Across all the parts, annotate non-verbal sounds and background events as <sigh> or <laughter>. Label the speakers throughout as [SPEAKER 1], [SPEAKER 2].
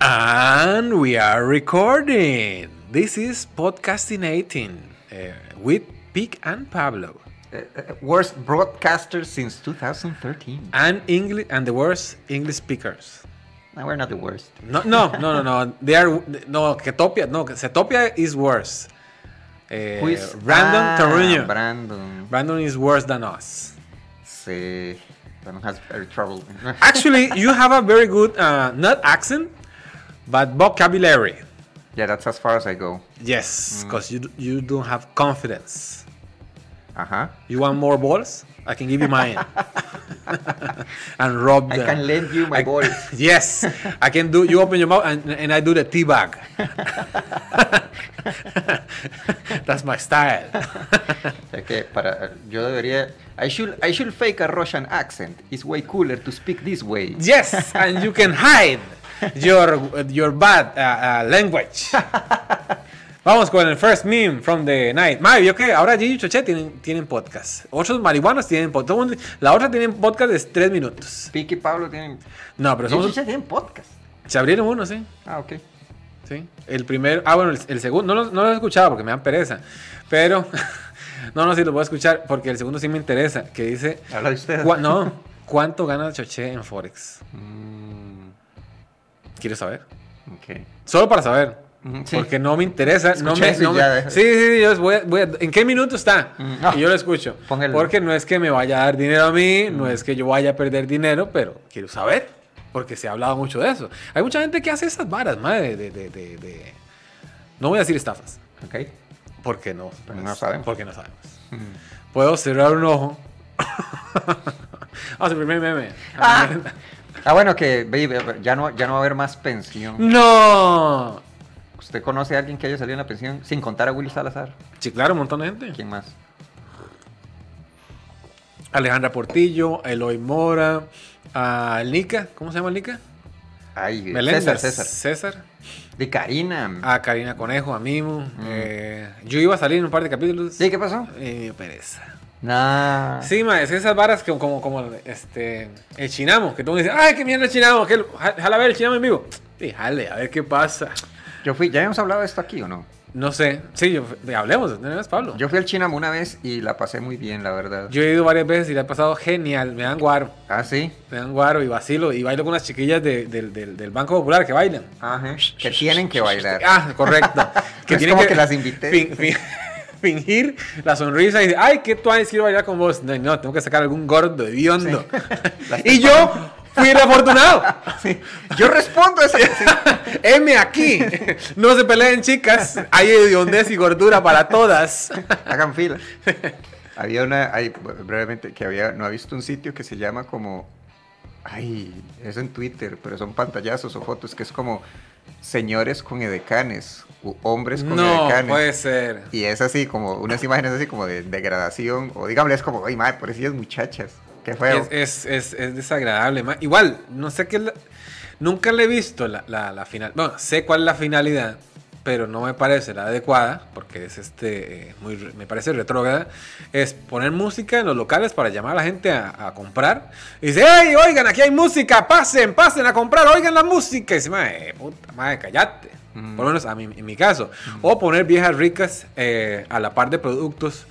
[SPEAKER 1] And we are recording. This is Podcasting 18 uh, with Pic and Pablo.
[SPEAKER 2] Uh, uh, worst broadcaster since 2013.
[SPEAKER 1] And English and the worst English speakers.
[SPEAKER 2] No, we're not the worst.
[SPEAKER 1] No, no, no, no, no. <laughs> They are no Ketopia. No, Zetopia is worse. Eh,
[SPEAKER 2] Who is-
[SPEAKER 1] Brandon
[SPEAKER 2] Ah,
[SPEAKER 1] Tarunio.
[SPEAKER 2] Brandon.
[SPEAKER 1] Brandon is worse than us.
[SPEAKER 2] Sí. Brandon has
[SPEAKER 1] <laughs>
[SPEAKER 2] very trouble.
[SPEAKER 1] Actually, you have a very good uh, not accent, but vocabulary.
[SPEAKER 2] yeah, that's as far as I go.
[SPEAKER 1] Yes, because you you don't have confidence.
[SPEAKER 2] Uh huh.
[SPEAKER 1] You want more balls? I can give you
[SPEAKER 2] <laughs>
[SPEAKER 1] mine. and rob.
[SPEAKER 2] I
[SPEAKER 1] the-
[SPEAKER 2] can lend you my
[SPEAKER 1] I- <laughs>
[SPEAKER 2] balls.
[SPEAKER 1] yes, I can do. You open your mouth and, and I do the tea bag. <laughs> That's my style. <laughs>
[SPEAKER 2] O sea que para yo debería I should I should fake a Russian accent. It's way cooler to speak this way.
[SPEAKER 1] yes, and you can hide your your bad uh, uh, language. Vamos con el first meme from the night. Mario, yo creo que ahora Gigi y Choche tienen, tienen podcast. Otros marihuanos tienen podcast. La otra tienen podcast de tres minutos.
[SPEAKER 2] Pic y Pablo tienen
[SPEAKER 1] No, pero somos.
[SPEAKER 2] Ellos ya tienen podcast.
[SPEAKER 1] Se abrieron uno, sí.
[SPEAKER 2] Ah, ok.
[SPEAKER 1] Sí. El primero. Ah, bueno, el, el segundo. No lo, no lo he escuchado porque me dan pereza. Pero. <laughs> No, no, sí lo voy a escuchar porque el segundo sí me interesa. Que dice.
[SPEAKER 2] Habla de ustedes.
[SPEAKER 1] cua- no. ¿Cuánto gana Choché en Forex?
[SPEAKER 2] Mm,
[SPEAKER 1] Quiero saber.
[SPEAKER 2] ok.
[SPEAKER 1] Solo para saber.
[SPEAKER 2] Ujú, sí.
[SPEAKER 1] Porque no me interesa. No
[SPEAKER 2] Escuché
[SPEAKER 1] me,
[SPEAKER 2] eso y
[SPEAKER 1] no me-
[SPEAKER 2] ya deja.
[SPEAKER 1] sí, sí, sí, yo voy a- voy a- ¿En qué minuto está?
[SPEAKER 2] Mm, ah.
[SPEAKER 1] Y yo lo escucho.
[SPEAKER 2] Póngale. Mm.
[SPEAKER 1] Porque no es que me vaya a dar dinero a mí, no es que yo vaya a perder dinero, pero quiero saber. Porque se ha hablado mucho de eso. Hay mucha gente que hace esas varas, madre, de... de- de- de- No voy a decir estafas.
[SPEAKER 2] Ok.
[SPEAKER 1] Porque no. pues,
[SPEAKER 2] Porque no sabemos.
[SPEAKER 1] Porque no sabemos.
[SPEAKER 2] Mm.
[SPEAKER 1] Puedo cerrar un ojo. <laughs> Vamos al primer meme.
[SPEAKER 2] Ah, Ah, bueno, que baby, ya no, ya no va a haber más pensión.
[SPEAKER 1] <laughs> ¡No!
[SPEAKER 2] ¿Usted conoce a alguien que haya salido en la pensión sin contar a Willy Salazar?
[SPEAKER 1] Sí, claro, un montón de gente.
[SPEAKER 2] ¿Quién más?
[SPEAKER 1] Alejandra Portillo, Eloy Mora, a Nica, ¿cómo se llama Nica?
[SPEAKER 2] Ay,
[SPEAKER 1] Meléndez, Ah.
[SPEAKER 2] César, César.
[SPEAKER 1] César.
[SPEAKER 2] De Karina.
[SPEAKER 1] A Karina Conejo, a Mimo. eh, yo iba a salir en un par de capítulos.
[SPEAKER 2] Mm. ¿Sí? ¿Qué pasó?
[SPEAKER 1] Eh, me dio pereza.
[SPEAKER 2] Nah.
[SPEAKER 1] Sí, ma, es esas varas que como, como este, el chinamo, que todo dice, ay, qué mierda el chinamo, que, ja- jala a ver el chinamo en vivo. Sí, jale, a ver qué pasa.
[SPEAKER 2] Yo fui, ya habíamos hablado de esto aquí o no.
[SPEAKER 1] No sé, sí, yo, hablemos, de una vez, Pablo. Yo,
[SPEAKER 2] Yo fui al Chinam una vez y la pasé muy bien, la verdad.
[SPEAKER 1] he ido varias veces y la he pasado genial, me dan guaro,
[SPEAKER 2] Ah, sí.
[SPEAKER 1] me dan guaro y vacilo y bailo con las chiquillas de- del- del- del Banco Popular que bailan.
[SPEAKER 2] Ajá. Que tienen que bailar.
[SPEAKER 1] Ah, <laughs> correcto.
[SPEAKER 2] No es
[SPEAKER 1] tienen
[SPEAKER 2] como que las invité.
[SPEAKER 1] fin- fin- fingir la sonrisa y decir, ay, qué tuanis, quiero bailar con vos. No, no, tengo que sacar algún gordo, hediondo. <laughs> y yo fui el afortunado.
[SPEAKER 2] Yo
[SPEAKER 1] <laughs>
[SPEAKER 2] respondo a esa sí.
[SPEAKER 1] M aquí. No se peleen, chicas. Hay hediondez y gordura para todas.
[SPEAKER 2] Hagan
[SPEAKER 1] <laughs>
[SPEAKER 2] fila. Había una, hay, brevemente, que había, no ha visto un sitio que se llama como, ay, es en Twitter, pero son pantallazos o fotos, que es como señores con edecanes, u hombres con
[SPEAKER 1] No, pues.
[SPEAKER 2] edecanes.
[SPEAKER 1] puede ser.
[SPEAKER 2] Y es así, como, unas imágenes así como de degradación, o dígame, es como, ay, madre, pobrecillas muchachas, qué feo.
[SPEAKER 1] Es, es, es- es desagradable. ma- Igual, no sé qué. es la- Nunca le he visto la, la- la final. Bueno, sé cuál es la finalidad, pero no me parece la adecuada, porque es este eh, muy re- me parece retrógrada. Es poner música en los locales para llamar a la gente a, a comprar. Y dice, ¡Ey, oigan, aquí hay música! ¡Pasen, pasen a comprar! ¡Oigan la música! Y dice, "Mae, puta madre, callate!
[SPEAKER 2] Mm.
[SPEAKER 1] Por lo menos a mí- en mi caso. O poner viejas ricas eh, a la par de productos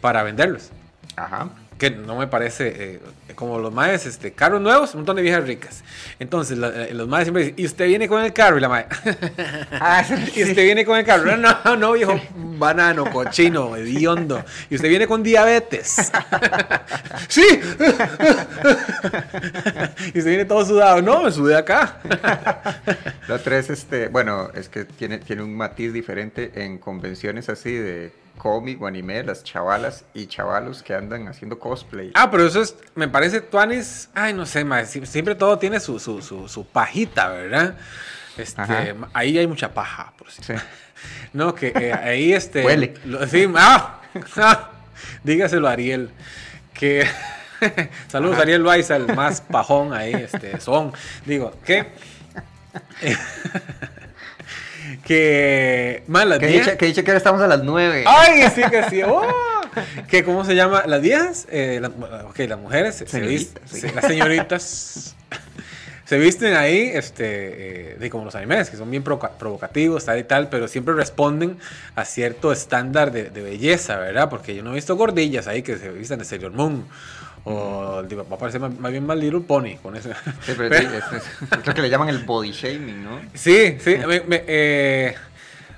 [SPEAKER 1] para venderlos.
[SPEAKER 2] Ajá.
[SPEAKER 1] Que no me parece eh, como los maes, este, carros nuevos, un montón de viejas ricas. Entonces, la- eh, los maes siempre dicen, y usted viene con el carro, y la mae, <laughs>
[SPEAKER 2] Ah, <laughs>
[SPEAKER 1] y usted viene con el carro. No, no, no, viejo, banano, cochino, hediondo. Y usted viene con diabetes. <laughs> sí. <laughs> y usted viene todo sudado. No, me sudé acá.
[SPEAKER 2] Lo otro es este, bueno, es que tiene, tiene un matiz diferente en convenciones así de cómic o anime, las chavalas y chavalos que andan haciendo cosplay.
[SPEAKER 1] Ah, pero eso es, me parece, Tuanis, ay, no sé, mae, si- siempre todo tiene su, su, su, su pajita, ¿verdad? Este,
[SPEAKER 2] Ajá.
[SPEAKER 1] ahí hay mucha paja, por cierto.
[SPEAKER 2] Sí.
[SPEAKER 1] No, que eh, ahí este.
[SPEAKER 2] Huele.
[SPEAKER 1] lo- sí, ah, <laughs> ah, dígaselo a Ariel. Que. <laughs> Saludos a Ariel Loaiza, el más pajón ahí, este, son. Digo,
[SPEAKER 2] <laughs>
[SPEAKER 1] que. <laughs> que. Malas
[SPEAKER 2] Que dice que dice que ahora estamos a las 9.
[SPEAKER 1] ¡Ay, sí que sí! ¡Oh! <laughs> Que, ¿Cómo se llama? Las viejas, eh, la- ok, las mujeres, se- se
[SPEAKER 2] Señoritas,
[SPEAKER 1] visten-
[SPEAKER 2] sí.
[SPEAKER 1] se- las señoritas <laughs> se visten ahí, este, eh, de como los animes, que son bien provoca- provocativos, tal y tal, pero siempre responden a cierto estándar de, de belleza, ¿verdad? Porque yo no he visto gordillas ahí que se vistan de Sailor Moon. O digo, va a parecer más, más bien más Little Pony con eso.
[SPEAKER 2] Sí, pero
[SPEAKER 1] Pero-
[SPEAKER 2] sí, es, es- es lo que le llaman el body shaming, ¿no?
[SPEAKER 1] Sí, sí. me- me- eh,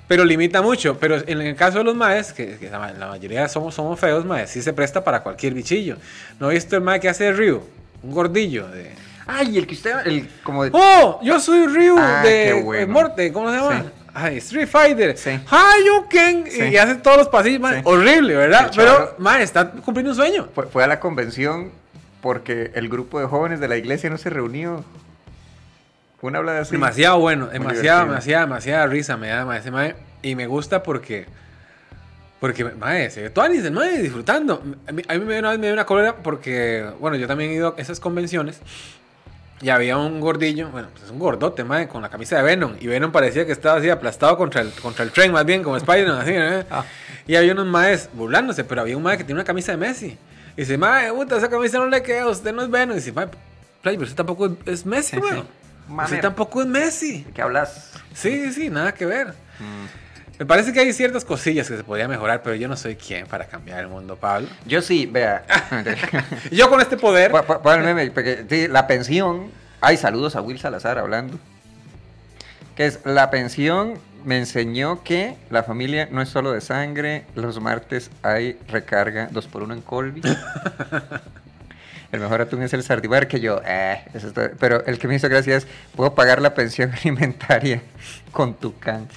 [SPEAKER 1] pero limita mucho. Pero en el caso de los maes, que, que la, ma- la mayoría somos, somos feos, maes, sí se presta para cualquier bichillo. ¿No he visto el mae que hace de Ryu? Un gordillo de...
[SPEAKER 2] Ay, el que usted, el como de...
[SPEAKER 1] ¡Oh! Yo soy Ryu
[SPEAKER 2] Ah,
[SPEAKER 1] de
[SPEAKER 2] qué bueno.
[SPEAKER 1] de Morte, ¿cómo se llama?
[SPEAKER 2] Sí.
[SPEAKER 1] Ay, Street Fighter.
[SPEAKER 2] Sí.
[SPEAKER 1] Hayuken.
[SPEAKER 2] Sí.
[SPEAKER 1] Y hace todos los pasillos, mae,
[SPEAKER 2] Sí.
[SPEAKER 1] Horrible, ¿verdad?
[SPEAKER 2] El chaval-
[SPEAKER 1] Pero, mae, está cumpliendo un sueño.
[SPEAKER 2] Fue, fue a la convención porque el grupo de jóvenes de la iglesia no se reunió. Una habla de así.
[SPEAKER 1] Demasiado bueno, demasiado,
[SPEAKER 2] divertido.
[SPEAKER 1] demasiada, demasiada risa me da mae, ese mae. Y me gusta porque. Porque, mae, se ve tuanis el mae disfrutando. A mí, a mí me- una vez me dio una cólera porque, bueno, yo también he ido a esas convenciones. Y había un gordillo, bueno, pues es un gordote, mae, con la camisa de Venom. Y Venom parecía que estaba así aplastado contra el, contra el tren, más bien, como Spider-Man, así, ¿eh?
[SPEAKER 2] Ah.
[SPEAKER 1] Y había unos maes burlándose, pero había un mae que tenía una camisa de Messi. Y dice, mae, puta, esa camisa no le queda, usted no es Venom. Y dice, mae, play, pero usted tampoco es- es Messi,
[SPEAKER 2] Sí, sí.
[SPEAKER 1] weón. Usted
[SPEAKER 2] Mamer.
[SPEAKER 1] Pues tampoco es Messi.
[SPEAKER 2] ¿De qué hablas? Mm.
[SPEAKER 1] Sí, sí, sí, nada que ver. Me parece que hay ciertas cosillas que se podría mejorar, pero yo no soy quien para cambiar el mundo,
[SPEAKER 2] <laughs>
[SPEAKER 1] Pablo.
[SPEAKER 2] Yo sí, vea.
[SPEAKER 1] Y yo con este poder,
[SPEAKER 2] Pon- pon- pon el meme, porque, sí, la pensión. Ay, saludos a Will Salazar hablando. Que es la pensión me enseñó que la familia no es solo de sangre. Los martes hay recarga 2x1
[SPEAKER 1] <laughs>
[SPEAKER 2] en Colby. El mejor atún es el sardibar que yo, eh, eso está- pero el que me hizo gracia es, puedo pagar la pensión <laughs> alimentaria con tu can.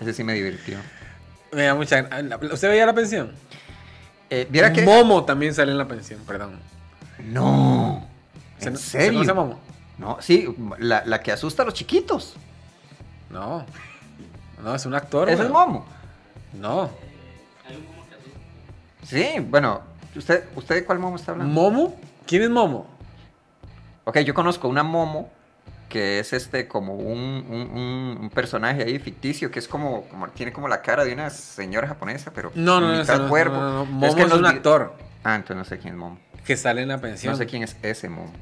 [SPEAKER 2] Ese sí me divirtió.
[SPEAKER 1] me da mucha... la- ¿Usted veía la pensión?
[SPEAKER 2] Eh, Viera que...
[SPEAKER 1] Momo también sale en la pensión, perdón.
[SPEAKER 2] No.
[SPEAKER 1] ¿Se-
[SPEAKER 2] ¿En
[SPEAKER 1] se conoce a
[SPEAKER 2] serio?
[SPEAKER 1] Momo?
[SPEAKER 2] No, sí, la, la que asusta a los chiquitos.
[SPEAKER 1] No. No, es un actor.
[SPEAKER 2] Eso es
[SPEAKER 1] weón.
[SPEAKER 2] Momo.
[SPEAKER 1] No.
[SPEAKER 2] Sí, bueno, ¿usted, ¿usted de cuál Momo está hablando?
[SPEAKER 1] ¿Momo? ¿Quién es Momo?
[SPEAKER 2] ok, yo conozco una Momo que es este como un, un- un- un personaje ahí ficticio que es como, como tiene como la cara de una señora japonesa, pero
[SPEAKER 1] No, no, no.
[SPEAKER 2] mitad
[SPEAKER 1] esa no,
[SPEAKER 2] cuerpo.
[SPEAKER 1] no, no, no.
[SPEAKER 2] Es
[SPEAKER 1] Momo
[SPEAKER 2] que en
[SPEAKER 1] es
[SPEAKER 2] los
[SPEAKER 1] un
[SPEAKER 2] vide-
[SPEAKER 1] actor
[SPEAKER 2] Ah, entonces no sé quién es Momo.
[SPEAKER 1] que sale en la pensión.
[SPEAKER 2] No sé quién es ese Momo.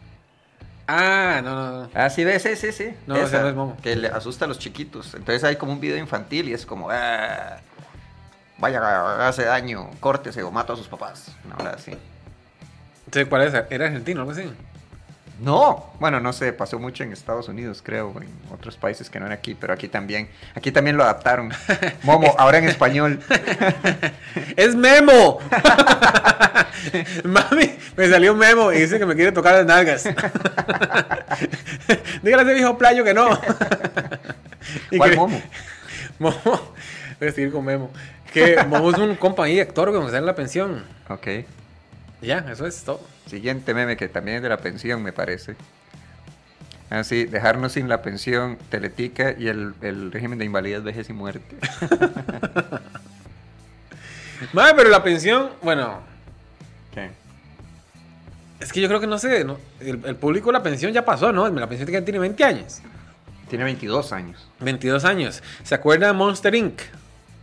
[SPEAKER 1] Ah, no, no, no.
[SPEAKER 2] Ah, sí, ve, sí, sí, sí.
[SPEAKER 1] No, ese no es Momo.
[SPEAKER 2] Que le asusta a los chiquitos. Entonces hay como un video infantil y es como, "Ah, vaya, hace daño, córtese o mato a sus papás. Una hora así.
[SPEAKER 1] Entonces, ¿cuál es? ¿Era argentino o algo así?
[SPEAKER 2] No, bueno, no sé, pasó mucho en Estados Unidos, creo, en otros países que no era aquí, pero aquí también, aquí también lo adaptaron.
[SPEAKER 1] <laughs>
[SPEAKER 2] Momo, ahora en español.
[SPEAKER 1] ¡Es Memo! <laughs> Mami, me salió Memo y dice que me quiere tocar las nalgas. <laughs> Dígale a ese viejo playo que no. <laughs> <laughs> Y
[SPEAKER 2] ¿Cuál
[SPEAKER 1] que- <laughs>
[SPEAKER 2] Momo?
[SPEAKER 1] Momo. Voy a seguir con Memo. Que Momo es un compa ahí, actor, que está en la pensión.
[SPEAKER 2] Ok.
[SPEAKER 1] Ya, eso es todo.
[SPEAKER 2] Siguiente meme que también es de la pensión, me parece. Así, dejarnos sin la pensión, Teletica y el, el régimen de invalidez, vejez y
[SPEAKER 1] <laughs>
[SPEAKER 2] muerte.
[SPEAKER 1] Madre, pero la pensión, bueno,
[SPEAKER 2] ¿Qué?
[SPEAKER 1] es que yo creo que no sé, no- el, el público de la pensión ya pasó, ¿no? La pensión tiene 20 años,
[SPEAKER 2] Tiene 22 años.
[SPEAKER 1] 22 años. ¿Se acuerda de Monster Inc.?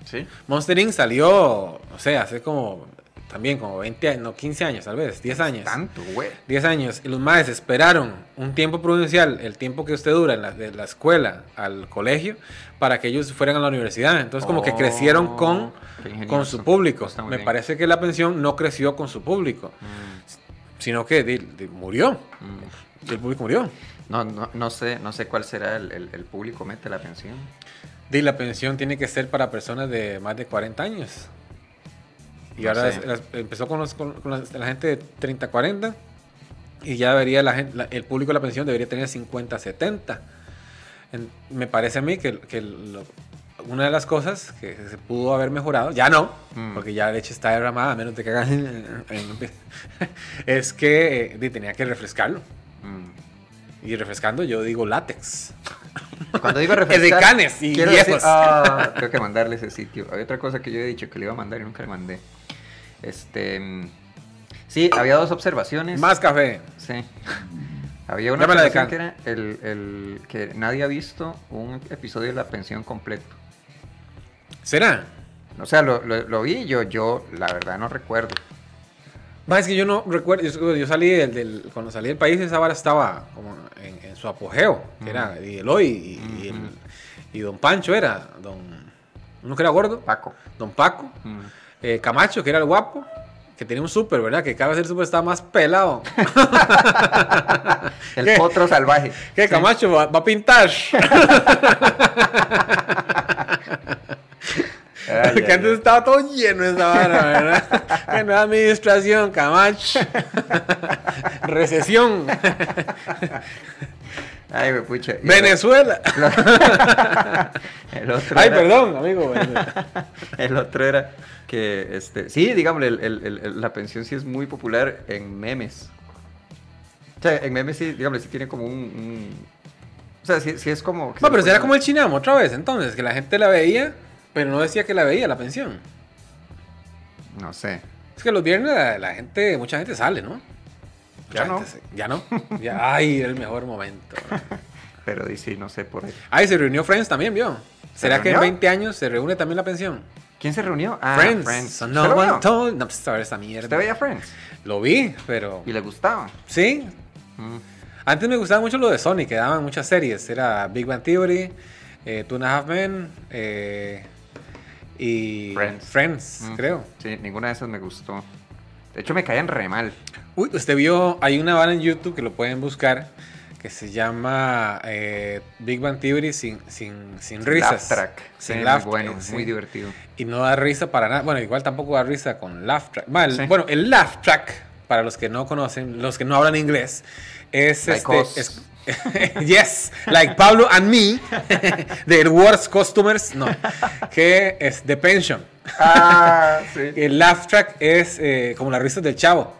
[SPEAKER 2] ¿Sí?
[SPEAKER 1] Monster Inc. salió, no sé, hace como también como 20 años, no, 15 años tal vez, 10 años.
[SPEAKER 2] Tanto, güey.
[SPEAKER 1] 10 años. Y los madres esperaron un tiempo prudencial, el tiempo que usted dura en la, de la escuela al colegio, para que ellos fueran a la universidad. Entonces como que
[SPEAKER 2] Oh,
[SPEAKER 1] crecieron con,
[SPEAKER 2] qué ingenioso.
[SPEAKER 1] con su público.
[SPEAKER 2] Está muy
[SPEAKER 1] Me
[SPEAKER 2] bien.
[SPEAKER 1] parece que la pensión no creció con su público, sino que di- di- murió.
[SPEAKER 2] Mm, mm.
[SPEAKER 1] Y el público murió.
[SPEAKER 2] No, no, no sé, no sé cuál será el, el- el público mete la pensión.
[SPEAKER 1] Di, la pensión tiene que ser para personas de más de 40 años. Y
[SPEAKER 2] No
[SPEAKER 1] ahora
[SPEAKER 2] sé.
[SPEAKER 1] es- las- empezó con, los- con- con las- la gente de 30, 40. Y ya debería la gente, la- el público de la pensión debería tener 50, 70. En- me parece a mí que, que lo- una de las cosas que se pudo haber mejorado, ya no,
[SPEAKER 2] Mm.
[SPEAKER 1] porque ya la leche está derramada, a menos de que hagan. <laughs> en- es que eh, di, tenía que refrescarlo.
[SPEAKER 2] Mm.
[SPEAKER 1] Y refrescando, yo digo látex. <laughs>
[SPEAKER 2] Cuando digo refrescar,
[SPEAKER 1] Edecanes y
[SPEAKER 2] quiero decir-
[SPEAKER 1] viejos.
[SPEAKER 2] Ah, tengo que mandarle ese sitio. Hay otra cosa que yo he dicho que le iba a mandar y nunca le mandé. Este, mm, sí, había dos observaciones.
[SPEAKER 1] Más café.
[SPEAKER 2] Sí. Había una
[SPEAKER 1] Llámala
[SPEAKER 2] observación que era el, el que nadie ha visto un episodio de La Pensión completo.
[SPEAKER 1] ¿Será?
[SPEAKER 2] O sea, lo, lo- lo vi y yo, yo la verdad no recuerdo.
[SPEAKER 1] Más es que yo no recuerdo, yo, yo salí del, del- cuando salí del país esa vara estaba como en, en su apogeo, que era y Eloy y, y el- y Don Pancho era, Don, uno que era gordo,
[SPEAKER 2] Paco.
[SPEAKER 1] Don Paco,
[SPEAKER 2] Mm.
[SPEAKER 1] eh, Camacho que era el guapo, que tenía un súper, ¿verdad? Que cada vez el súper estaba más pelado.
[SPEAKER 2] El
[SPEAKER 1] ¿Qué?
[SPEAKER 2] potro salvaje.
[SPEAKER 1] Que Camacho va, va a pintar. <laughs>
[SPEAKER 2] Ay,
[SPEAKER 1] Porque
[SPEAKER 2] ay,
[SPEAKER 1] antes
[SPEAKER 2] ay.
[SPEAKER 1] estaba todo lleno esa vara, ¿verdad? Que nueva administración, Camacho. <laughs> Recesión.
[SPEAKER 2] Ay, me pucha. Y
[SPEAKER 1] Venezuela.
[SPEAKER 2] <laughs> El el otro
[SPEAKER 1] Ay,
[SPEAKER 2] era-
[SPEAKER 1] perdón, amigo.
[SPEAKER 2] El otro era que, este, sí, digámosle, el- el- el- el- la pensión sí es muy popular en memes. O sea, en memes sí, digámosle, sí tiene como un... un- o sea, sí, sí es como...
[SPEAKER 1] Ma, pero será como el chinamo otra vez, entonces, que la gente la veía, pero no decía que la veía la pensión.
[SPEAKER 2] No sé.
[SPEAKER 1] Es que los viernes la, la gente, mucha gente sale, ¿no?
[SPEAKER 2] Ya
[SPEAKER 1] Mucha
[SPEAKER 2] no.
[SPEAKER 1] gente se- ya no. Ya, ay, era el mejor momento.
[SPEAKER 2] Pero di- sí, no sé por ahí.
[SPEAKER 1] Ay, se reunió Friends también, ¿vio?
[SPEAKER 2] ¿Se
[SPEAKER 1] ¿Será que en
[SPEAKER 2] reunió?
[SPEAKER 1] 20 años se reúne también la pensión?
[SPEAKER 2] ¿Quién se reunió? Ah,
[SPEAKER 1] Friends. So
[SPEAKER 2] ¿Usted,
[SPEAKER 1] no
[SPEAKER 2] lo
[SPEAKER 1] one
[SPEAKER 2] vio?
[SPEAKER 1] told- No, pues, a ver esta mierda.
[SPEAKER 2] ¿Usted veía Friends?
[SPEAKER 1] Lo vi, pero.
[SPEAKER 2] ¿Y le gustaba?
[SPEAKER 1] Sí.
[SPEAKER 2] Mm.
[SPEAKER 1] Antes me gustaba mucho lo de Sony, que daban muchas series. Era Big Bang Theory, eh, Two and a Half Men eh, y
[SPEAKER 2] Friends. Mm.
[SPEAKER 1] creo.
[SPEAKER 2] Sí, ninguna de esas me gustó. De hecho, me caían re mal.
[SPEAKER 1] Uy, usted vio, hay una vara en YouTube que lo pueden buscar que se llama eh, Big Bang Theory sin, sin, sin risas.
[SPEAKER 2] Laugh track.
[SPEAKER 1] Sin
[SPEAKER 2] Sí,
[SPEAKER 1] laugh
[SPEAKER 2] muy bueno,
[SPEAKER 1] track, sí.
[SPEAKER 2] muy divertido.
[SPEAKER 1] Y no da risa para nada. Bueno, igual tampoco da risa con laugh track. Ma, el-
[SPEAKER 2] Sí.
[SPEAKER 1] Bueno, el laugh track, para los que no conocen, los que no hablan inglés, es
[SPEAKER 2] Like
[SPEAKER 1] este.
[SPEAKER 2] us.
[SPEAKER 1] es- <laughs> yes, like Pablo and me, <laughs> the worst customers, no, que es The Pension.
[SPEAKER 2] Ah, sí.
[SPEAKER 1] El laugh track es eh, como las risas del chavo.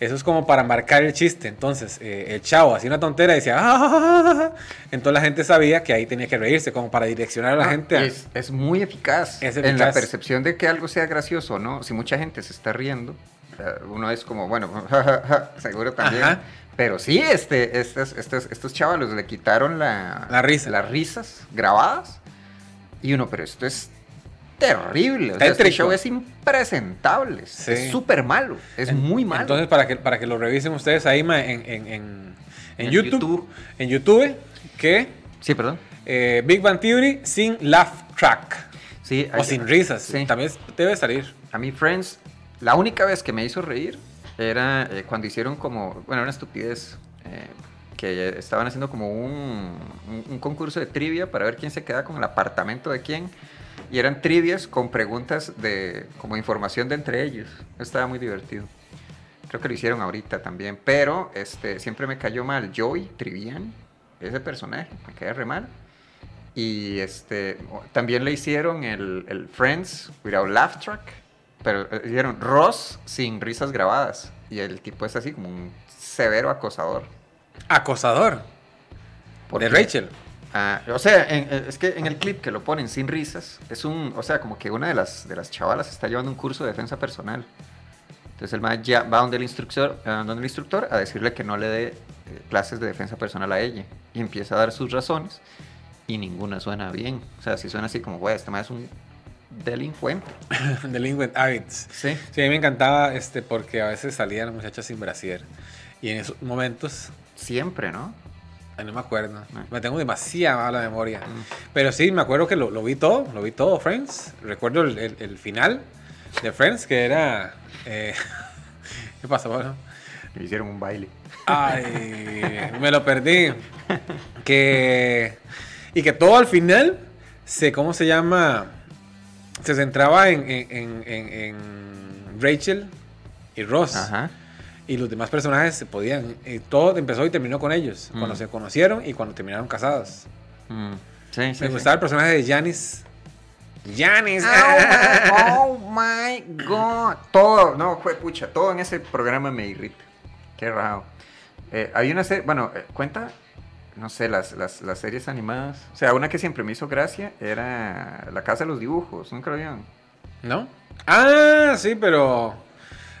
[SPEAKER 1] Eso es como para marcar el chiste. Entonces, eh, el chavo hacía una tontera y decía, "Ah, ah, ah, ah, ah". entonces la gente sabía que ahí tenía que reírse, como para direccionar a la
[SPEAKER 2] Ah,
[SPEAKER 1] gente.
[SPEAKER 2] y
[SPEAKER 1] a-
[SPEAKER 2] Es, es muy eficaz,
[SPEAKER 1] Es
[SPEAKER 2] en la
[SPEAKER 1] eficaz.
[SPEAKER 2] percepción de que algo sea gracioso, ¿no? Si mucha gente se está riendo, eh, uno es como, bueno, <laughs> ja, ja, ja, seguro también.
[SPEAKER 1] Ajá.
[SPEAKER 2] Pero sí, este, estos, estos, estos chavalos le quitaron la,
[SPEAKER 1] La risa.
[SPEAKER 2] las risas grabadas. Y uno, pero esto es terrible. O sea, este
[SPEAKER 1] Tétrico.
[SPEAKER 2] show es impresentable.
[SPEAKER 1] Sí.
[SPEAKER 2] Es súper malo. Es
[SPEAKER 1] En-
[SPEAKER 2] muy malo.
[SPEAKER 1] Entonces, para que, para que lo revisen ustedes ahí ma, en, en, en, en
[SPEAKER 2] En
[SPEAKER 1] YouTube,
[SPEAKER 2] YouTube.
[SPEAKER 1] En YouTube, que
[SPEAKER 2] sí, perdón.
[SPEAKER 1] eh, Big Bang Theory sin laugh track.
[SPEAKER 2] Sí,
[SPEAKER 1] O
[SPEAKER 2] hay-
[SPEAKER 1] sin risas.
[SPEAKER 2] sí.
[SPEAKER 1] También debe salir.
[SPEAKER 2] A mí Friends, la única vez que me hizo reír era eh, cuando hicieron como, bueno, una estupidez, eh, que estaban haciendo como un, un- un concurso de trivia para ver quién se queda con el apartamento de quién. Y eran trivias con preguntas de como información de entre ellos. Estaba muy divertido. Creo que lo hicieron ahorita también. Pero este, siempre me cayó mal Joey Trivian, ese personaje, me caía re mal. Y este, o- también le hicieron el, el Friends Without Laugh Track, pero eh, hicieron Ross sin risas grabadas. Y el tipo es así como un severo acosador.
[SPEAKER 1] Acosador.
[SPEAKER 2] Porque-
[SPEAKER 1] de Rachel. <laughs>
[SPEAKER 2] Ah, o sea, en- en- es que en el clip que lo ponen sin risas, es un, o sea, como que una de las, de las chavalas está llevando un curso de defensa personal. Entonces el man ya va donde el instructor, a donde el instructor a decirle que no le dé eh, clases de defensa personal a ella. Y empieza a dar sus razones y ninguna suena bien. O sea, si suena así como, güey, este man es un delincuente.
[SPEAKER 1] Delinquent Habits.
[SPEAKER 2] Sí.
[SPEAKER 1] Sí, a mí me encantaba este, porque a veces salían las muchachas sin brasier. Y en esos momentos,
[SPEAKER 2] Siempre, ¿no?
[SPEAKER 1] ay, no me acuerdo.
[SPEAKER 2] Ah.
[SPEAKER 1] Me tengo demasiada mala memoria. Pero sí, me acuerdo que lo, lo vi todo, lo vi todo, Friends. Recuerdo el, el- el final de Friends, que era... eh, <laughs> ¿Qué pasa, Pablo?
[SPEAKER 2] Le hicieron un baile.
[SPEAKER 1] Ay, me lo perdí. Que... Y que todo al final, se, ¿cómo se llama? Se centraba en, en- en- en- en Rachel y Ross.
[SPEAKER 2] Ajá.
[SPEAKER 1] Y los demás personajes se podían... y todo empezó y terminó con ellos.
[SPEAKER 2] Mm.
[SPEAKER 1] Cuando se conocieron y cuando terminaron casados.
[SPEAKER 2] Mm. Sí, sí,
[SPEAKER 1] Me
[SPEAKER 2] sí.
[SPEAKER 1] gustaba el personaje de Janis. Janis.
[SPEAKER 2] Oh my, oh my god. Todo, no, fue pucha, todo en ese programa me irrita. Qué raro. Eh, hay una serie, bueno, eh, cuenta, no sé, las, las, las series animadas. O sea, una que siempre me hizo gracia era La Casa de los Dibujos, nunca lo vieron.
[SPEAKER 1] <laughs> ¿No? Ah, sí, pero...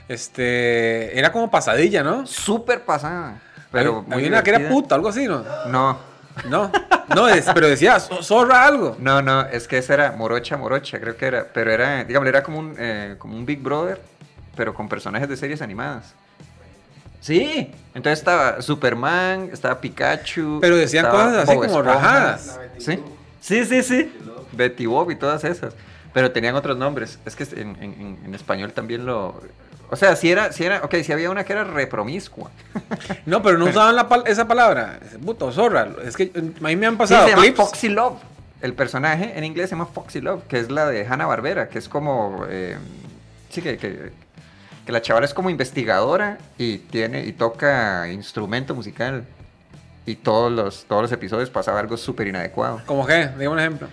[SPEAKER 1] Este... Era como pasadilla, ¿no?
[SPEAKER 2] Súper pasada. Pero
[SPEAKER 1] Había-
[SPEAKER 2] muy
[SPEAKER 1] había una que era
[SPEAKER 2] divertida.
[SPEAKER 1] puta, algo así, ¿no?
[SPEAKER 2] No,
[SPEAKER 1] No, no, es- pero decía "Zo- zorra algo.
[SPEAKER 2] no, no, es que esa era Morocha Morocha, creo que era. Pero era, digamos, era como un, eh, como un Big Brother, pero con personajes de series animadas.
[SPEAKER 3] Sí.
[SPEAKER 2] Entonces estaba Superman, estaba Pikachu.
[SPEAKER 1] Pero decían
[SPEAKER 2] estaba
[SPEAKER 1] cosas así
[SPEAKER 2] Bob
[SPEAKER 1] como
[SPEAKER 2] Esponja,
[SPEAKER 1] rajadas.
[SPEAKER 2] Sí,
[SPEAKER 3] Sí, sí, sí.
[SPEAKER 2] Betty Bob y todas esas. Pero tenían otros nombres. Es que en, en- en- en español también lo. O sea, si era, si era, ok, si había una que era repromiscua.
[SPEAKER 1] No, pero no usaban la pal- esa palabra. Puto, zorra. Es que eh, a mí me han
[SPEAKER 2] Sí,
[SPEAKER 1] pasado
[SPEAKER 2] se llama
[SPEAKER 1] clips.
[SPEAKER 2] Foxy Love. El personaje en inglés se llama Foxy Love, que es la de Hanna Barbera, que es como. eh, sí, que, que- que la chavala es como investigadora y tiene y toca instrumento musical. Y todos los, todos los episodios pasaba algo súper inadecuado.
[SPEAKER 1] Como que, dime un ejemplo.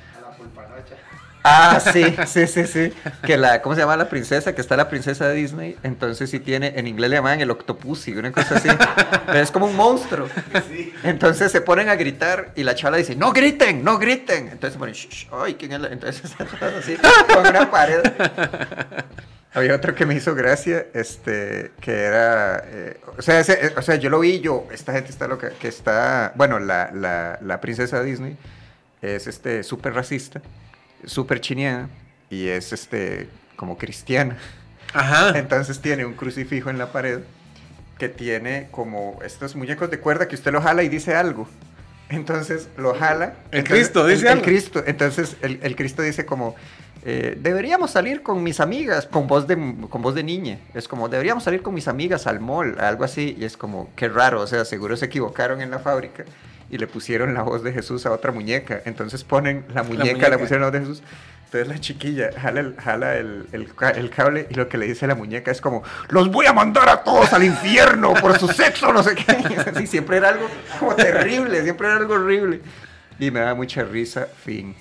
[SPEAKER 2] Ah, <laughs> sí, sí, sí, sí. Que la, ¿cómo se llama la princesa? Que está la princesa de Disney. Entonces sí tiene, en inglés le llaman el octopussy, una cosa así. Pero es como un monstruo. Entonces se ponen a gritar y la chala dice, no griten, no griten. Entonces se ponen, "Shh, shh, ay, ¿quién es la? Entonces así, con una pared. Había otro que me hizo gracia, este, que era, eh, o, sea, ese- eh, o sea, yo lo vi, yo, esta gente está loca, que está, bueno, la, la, la princesa Disney es, este, súper racista, súper chineada, y es, este, como cristiana.
[SPEAKER 1] Ajá.
[SPEAKER 2] Entonces tiene un crucifijo en la pared que tiene como estos muñecos de cuerda que usted lo jala y dice algo. Entonces lo jala.
[SPEAKER 1] El
[SPEAKER 2] entonces-
[SPEAKER 1] Cristo dice
[SPEAKER 2] el- el
[SPEAKER 1] algo.
[SPEAKER 2] Cristo. Entonces el, el Cristo dice como, eh, deberíamos salir con mis amigas, con voz, de, con voz de niña. Es como, deberíamos salir con mis amigas al mall, algo así. Y es como, qué raro, o sea, seguro se equivocaron en la fábrica y le pusieron la voz de Jesús a otra muñeca. Entonces ponen la muñeca, la,
[SPEAKER 1] muñeca.
[SPEAKER 2] pusieron la voz de Jesús. Entonces la chiquilla jala, el, jala el, el ca- el cable y lo que le dice la muñeca es como, los voy a mandar a todos al infierno por su sexo, no sé qué. <laughs> Y es así, siempre era algo como terrible, siempre era algo horrible. Y me da mucha risa, fin.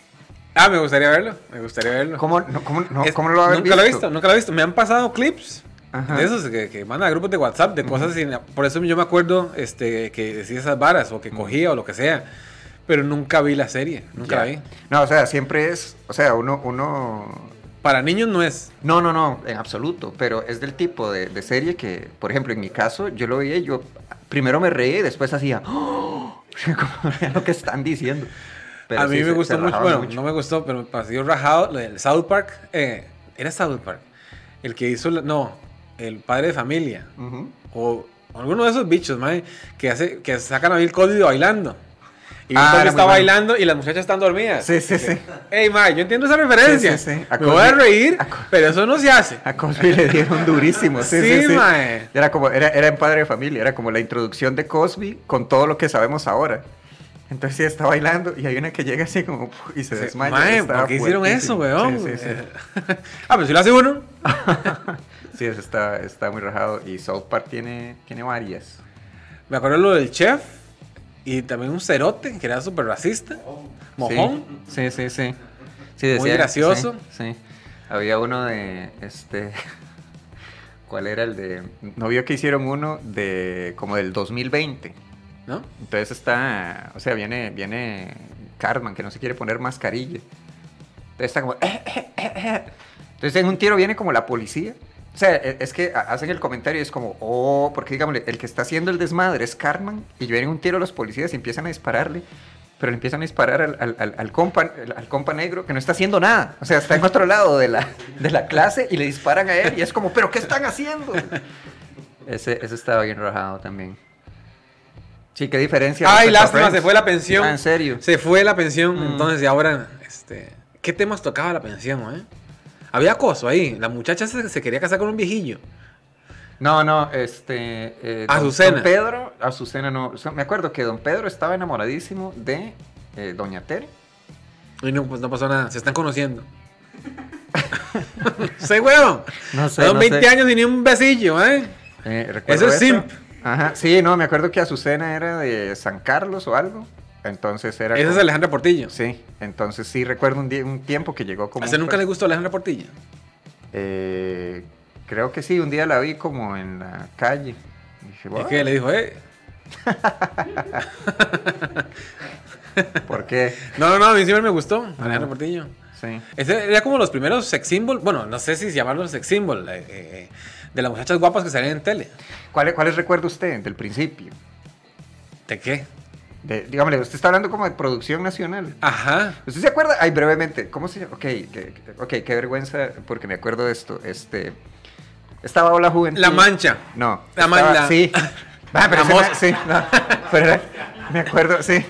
[SPEAKER 1] Ah, me gustaría verlo. Me gustaría verlo.
[SPEAKER 2] ¿Cómo, no, cómo, no,
[SPEAKER 1] Es-
[SPEAKER 2] cómo lo habéis
[SPEAKER 1] nunca lo he visto, nunca lo he visto. Me han pasado clips
[SPEAKER 2] Ajá.
[SPEAKER 1] de esos que, que mandan a grupos de WhatsApp, de cosas así. Por eso yo me acuerdo este, que decía esas varas o que cogía o lo que sea. Pero nunca vi la serie, nunca la
[SPEAKER 2] Ya.
[SPEAKER 1] vi.
[SPEAKER 2] No, o sea, siempre es, o sea, uno, uno
[SPEAKER 1] Para niños no es.
[SPEAKER 2] No, no, no, en absoluto, pero es del tipo de, de serie que, por ejemplo, en mi caso, yo lo veía y yo primero me reí y después hacía, ¡Oh! <laughs> Como, "Vean lo que están diciendo. Pero
[SPEAKER 1] a
[SPEAKER 2] sí,
[SPEAKER 1] mí me
[SPEAKER 2] se-
[SPEAKER 1] gustó
[SPEAKER 2] se
[SPEAKER 1] mucho,
[SPEAKER 2] rajaban
[SPEAKER 1] bueno, no me gustó, pero me pareció rajado el South Park. eh, era South Park. El que hizo, la- no, el padre de familia.
[SPEAKER 2] Ujú.
[SPEAKER 1] O alguno de esos bichos, mae, que, hace, que sacan a Bill Cody bailando. Y Bill
[SPEAKER 2] Ah,
[SPEAKER 1] Cody
[SPEAKER 2] era
[SPEAKER 1] está
[SPEAKER 2] muy bueno.
[SPEAKER 1] bailando y las muchachas están dormidas.
[SPEAKER 2] Sí, sí, sí.
[SPEAKER 1] Ey, mae, yo entiendo esa referencia.
[SPEAKER 2] Sí, sí, sí. A
[SPEAKER 1] Me voy a
[SPEAKER 2] Cody-
[SPEAKER 1] reír,
[SPEAKER 2] a Co-
[SPEAKER 1] pero eso no se hace.
[SPEAKER 2] A Cosby le dieron durísimo, sí, sí,
[SPEAKER 1] Sí,
[SPEAKER 2] sí.
[SPEAKER 1] mae.
[SPEAKER 2] Era como, era, era en Padre de Familia, era como la introducción de Cosby con todo lo que sabemos ahora. Entonces sí, está bailando y hay una que llega así como "Puf", y se
[SPEAKER 1] Sí,
[SPEAKER 2] desmaya.
[SPEAKER 1] mae,
[SPEAKER 2] estaba
[SPEAKER 1] ¿por qué hicieron eso,
[SPEAKER 2] fuertísimo.
[SPEAKER 1] weón?
[SPEAKER 2] Sí, sí, sí.
[SPEAKER 1] <laughs> ah, pero si lo hace uno.
[SPEAKER 2] Sí, eso está, está muy rajado. Y South Park tiene, tiene varias.
[SPEAKER 1] Me acuerdo lo del chef y también un cerote que era súper racista. Mojón.
[SPEAKER 2] Sí, sí, sí. sí. Sí,
[SPEAKER 1] Muy gracioso.
[SPEAKER 2] Sí, sí. Había uno de, este, <laughs> ¿cuál era el de? No vio que hicieron uno de, como del 2020.
[SPEAKER 1] ¿No?
[SPEAKER 2] Entonces está, o sea, viene, viene Cartman, que no se quiere poner mascarilla. Entonces está como... <laughs> Entonces en un tiro viene como la policía. O sea, e- es que ha- hacen el comentario y es como, oh, porque digámosle, el que está haciendo el desmadre es Cartman y vienen un tiro los policías y empiezan a dispararle. Pero le empiezan a disparar al, al- al- al compa, al- al compa negro que no está haciendo nada. O sea, está en otro lado de la, de la clase y le disparan a él y es como, pero ¿qué están haciendo? Ese, ese estaba bien rajado también. Sí, qué diferencia.
[SPEAKER 1] Ay,
[SPEAKER 2] respecto a
[SPEAKER 1] lástima,
[SPEAKER 2] Friends.
[SPEAKER 1] se fue la pensión.
[SPEAKER 2] Ah, en serio.
[SPEAKER 1] Se fue la pensión,
[SPEAKER 2] Mm.
[SPEAKER 1] entonces y ahora, este, ¿qué temas tocaba la pensión, eh? Había acoso ahí, la muchacha se, se quería casar con un viejillo.
[SPEAKER 2] No, no, este. eh, don-
[SPEAKER 1] Azucena.
[SPEAKER 2] Don Pedro, Azucena no. o sea, me acuerdo que Don Pedro estaba enamoradísimo de eh, Doña Tere.
[SPEAKER 1] Y no, pues no pasó nada, se están conociendo. <laughs> ¡Se huevón!
[SPEAKER 2] No
[SPEAKER 1] Son 20 años y ni un besillo, ¿eh?
[SPEAKER 2] Eh, recuerdo
[SPEAKER 1] Eso es simp.
[SPEAKER 2] Ajá, sí, no, me acuerdo que Azucena era de San Carlos o algo. Entonces era.
[SPEAKER 1] Esa es
[SPEAKER 2] como-
[SPEAKER 1] Alejandra Portillo.
[SPEAKER 2] Sí, entonces sí, recuerdo un, día- un tiempo que llegó
[SPEAKER 1] ¿A
[SPEAKER 2] como.
[SPEAKER 1] usted
[SPEAKER 2] un
[SPEAKER 1] nunca le
[SPEAKER 2] per-
[SPEAKER 1] gustó Alejandra Portillo?
[SPEAKER 2] Eh, creo que sí, un día la vi como en la calle. Y
[SPEAKER 1] Y
[SPEAKER 2] dije, "Wow,
[SPEAKER 1] que le dijo, eh.
[SPEAKER 2] ¿por qué?
[SPEAKER 1] No, no, no, a mí siempre me gustó
[SPEAKER 2] Ajá.
[SPEAKER 1] Alejandra Portillo.
[SPEAKER 2] Sí.
[SPEAKER 1] Ese era como los primeros sex symbol, bueno, no sé si llamarlos sex symbol, eh, eh, eh, de las muchachas guapas que salían en tele.
[SPEAKER 2] ¿Cuál- ¿Cuáles recuerda usted del principio?
[SPEAKER 1] ¿De qué?
[SPEAKER 2] De, dígame, usted está hablando como de producción nacional.
[SPEAKER 1] Ajá.
[SPEAKER 2] ¿Usted se acuerda? Ay, brevemente, ¿cómo se llama? Ok, que- ok, qué vergüenza, porque me acuerdo de esto. Este, Estaba la juventud.
[SPEAKER 1] La mancha.
[SPEAKER 2] No.
[SPEAKER 1] La
[SPEAKER 2] estaba-
[SPEAKER 1] mancha. <laughs>
[SPEAKER 2] Sí. Ah,
[SPEAKER 1] La
[SPEAKER 2] pero ese me-
[SPEAKER 1] moza.
[SPEAKER 2] sí, no, pero era- me acuerdo, sí.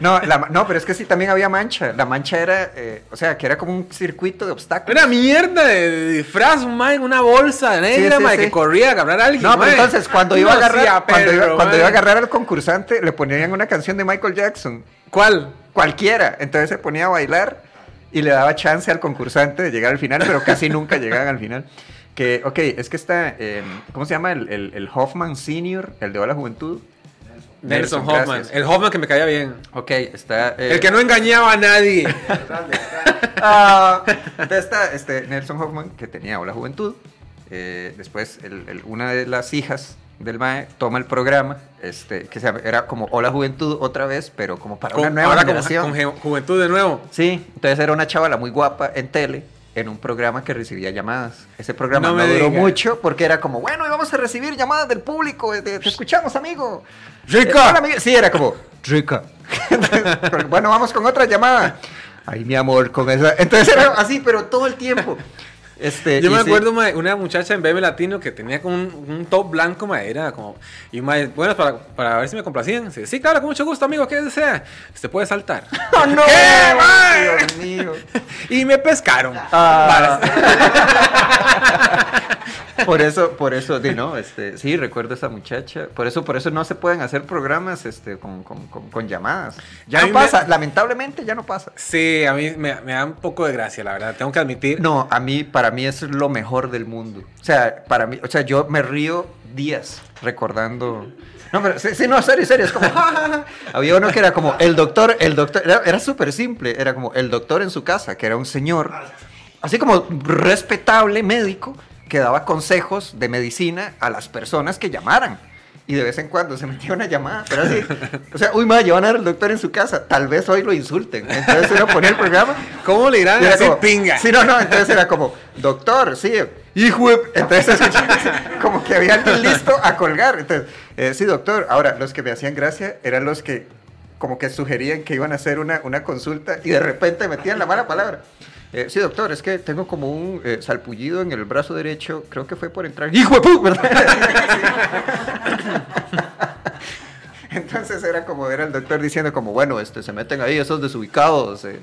[SPEAKER 2] No, la ma- no, pero es que sí, también había mancha. La mancha era, eh, o sea, que era como un circuito de obstáculos.
[SPEAKER 1] Una mierda de, de disfraz, un mae en una bolsa negra,
[SPEAKER 2] sí,
[SPEAKER 1] mae,
[SPEAKER 2] sí.
[SPEAKER 1] que corría a agarrar a alguien.
[SPEAKER 2] No, pero
[SPEAKER 1] mae.
[SPEAKER 2] entonces cuando iba a
[SPEAKER 1] No,
[SPEAKER 2] agarrar,
[SPEAKER 1] sí, a
[SPEAKER 2] cuando, iba,
[SPEAKER 1] perro,
[SPEAKER 2] cuando
[SPEAKER 1] mae.
[SPEAKER 2] iba a agarrar al concursante, le ponían una canción de Michael Jackson,
[SPEAKER 1] ¿Cuál?
[SPEAKER 2] cualquiera. Entonces se ponía a bailar y le daba chance al concursante de llegar al final, pero casi nunca llegaban al final. Que, ok, es que está, eh, ¿cómo se llama? El, el- el Hoffman Senior, el de Hola Juventud.
[SPEAKER 1] Nelson,
[SPEAKER 2] Nelson,
[SPEAKER 1] Hoffman.
[SPEAKER 2] gracias.
[SPEAKER 1] El Hoffman que me caía bien.
[SPEAKER 2] Ok, está... eh,
[SPEAKER 1] El que no engañaba a
[SPEAKER 2] <laughs>
[SPEAKER 1] nadie.
[SPEAKER 2] Ah, entonces está este, Nelson Hoffman, que tenía Hola Juventud. Eh, después, el- el- una de las hijas del MAE toma el programa, este, que se llama- era como Hola Juventud otra vez, pero como para una
[SPEAKER 1] Con-
[SPEAKER 2] nueva
[SPEAKER 1] ahora con,
[SPEAKER 2] generación.
[SPEAKER 1] con ju- juventud de nuevo.
[SPEAKER 2] Sí, entonces era una chavala muy guapa en tele, en un programa que recibía llamadas. Ese programa
[SPEAKER 1] No
[SPEAKER 2] no,
[SPEAKER 1] me
[SPEAKER 2] duró
[SPEAKER 1] diga.
[SPEAKER 2] mucho porque era como, bueno, y vamos a recibir llamadas del público, eh, te, te escuchamos, amigo.
[SPEAKER 1] ¡Rica!
[SPEAKER 2] Eh, hola, amigo. Sí, era como, rica. Entonces, <laughs> bueno, vamos con otra llamada. Ay, mi amor, con esa. Entonces era así, pero todo el tiempo. Este,
[SPEAKER 1] Yo
[SPEAKER 2] y
[SPEAKER 1] me
[SPEAKER 2] sí.
[SPEAKER 1] acuerdo mae, una muchacha en BM Latino que tenía como un, un top blanco madera como y mae, bueno para, para ver si me complacían. Dice, Sí, claro, con mucho gusto, amigo, ¿qué desea? Se puede saltar. <laughs>
[SPEAKER 2] ¡Oh, <laughs> no!
[SPEAKER 1] ¿Qué, mae?
[SPEAKER 2] Dios mío.
[SPEAKER 1] y me pescaron.
[SPEAKER 2] Ah. Por eso, por eso, di, no, este, sí, recuerdo a esa muchacha. Por eso, por eso no se pueden hacer programas este, con, con- con- con llamadas. Ya
[SPEAKER 1] A
[SPEAKER 2] no
[SPEAKER 1] mí me-
[SPEAKER 2] pasa, lamentablemente ya no pasa.
[SPEAKER 1] Sí, a mí me, me da un poco de gracia, la verdad, tengo que admitir.
[SPEAKER 2] No, a mí, para mí eso es lo mejor del mundo. O sea, para mí, o sea, yo me río días recordando. No, pero sí, sí, no, serio, serio, es como. <laughs> ja, ja, ja. Había uno que era como el doctor, el doctor, era, era súper simple, era como el doctor en su casa, que era un señor, así como respetable médico, que daba consejos de medicina a las personas que llamaran. Y de vez en cuando se metía una llamada, pero así, o sea, uy, madre, llevan a ver al doctor en su casa, tal vez hoy lo insulten. Entonces uno ponía el programa
[SPEAKER 1] ¿Cómo le dirán?
[SPEAKER 2] y era
[SPEAKER 1] Así,
[SPEAKER 2] como-
[SPEAKER 1] pinga.
[SPEAKER 2] Sí, no, no, entonces era como, doctor, sí, hijo de-". Entonces <laughs> como que había alguien listo a colgar. Entonces, eh, sí, doctor. Ahora, los que me hacían gracia eran los que como que sugerían que iban a hacer una, una consulta y de repente metían la mala palabra. Eh, sí, doctor, es que tengo como un eh, salpullido en el brazo derecho, creo que fue por entrar. ¡Hijo de pu-! <laughs> Entonces era como, era el doctor diciendo como, bueno, este, se meten ahí esos desubicados. eh.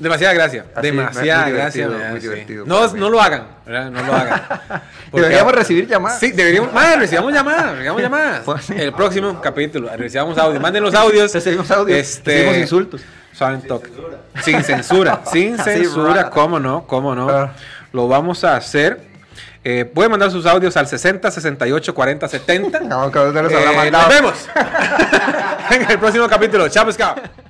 [SPEAKER 1] Demasiada gracia,
[SPEAKER 2] Así,
[SPEAKER 1] demasiada
[SPEAKER 2] Ah, muy
[SPEAKER 1] gracia.
[SPEAKER 2] divertido,
[SPEAKER 1] me da,
[SPEAKER 2] muy
[SPEAKER 1] sí.
[SPEAKER 2] divertido
[SPEAKER 1] No,
[SPEAKER 2] para mí.
[SPEAKER 1] no lo hagan, ¿verdad? No lo
[SPEAKER 2] <laughs>
[SPEAKER 1] hagan. Porque-
[SPEAKER 2] Deberíamos recibir llamadas.
[SPEAKER 1] Sí, deberíamos. Madre, recibamos llamadas, recibamos
[SPEAKER 2] <laughs>
[SPEAKER 1] llamadas.
[SPEAKER 2] Pues sí.
[SPEAKER 1] El próximo capítulo, recibamos audios. Manden los audios.
[SPEAKER 2] <laughs> Recibimos audios,
[SPEAKER 1] Este,
[SPEAKER 2] recibimos insultos.
[SPEAKER 1] Suave Talk. Sin
[SPEAKER 2] <laughs>
[SPEAKER 1] censura. Sin
[SPEAKER 2] Sí,
[SPEAKER 1] censura,
[SPEAKER 2] right.
[SPEAKER 1] cómo no, cómo no.
[SPEAKER 2] Ah.
[SPEAKER 1] Lo vamos a hacer. Eh, pueden mandar sus audios al 60 68 40 70.
[SPEAKER 2] <laughs> No, que usted los habrá
[SPEAKER 1] Eh, <laughs>
[SPEAKER 2] mandado.
[SPEAKER 1] nos vemos en el próximo capítulo. Chao, pescado.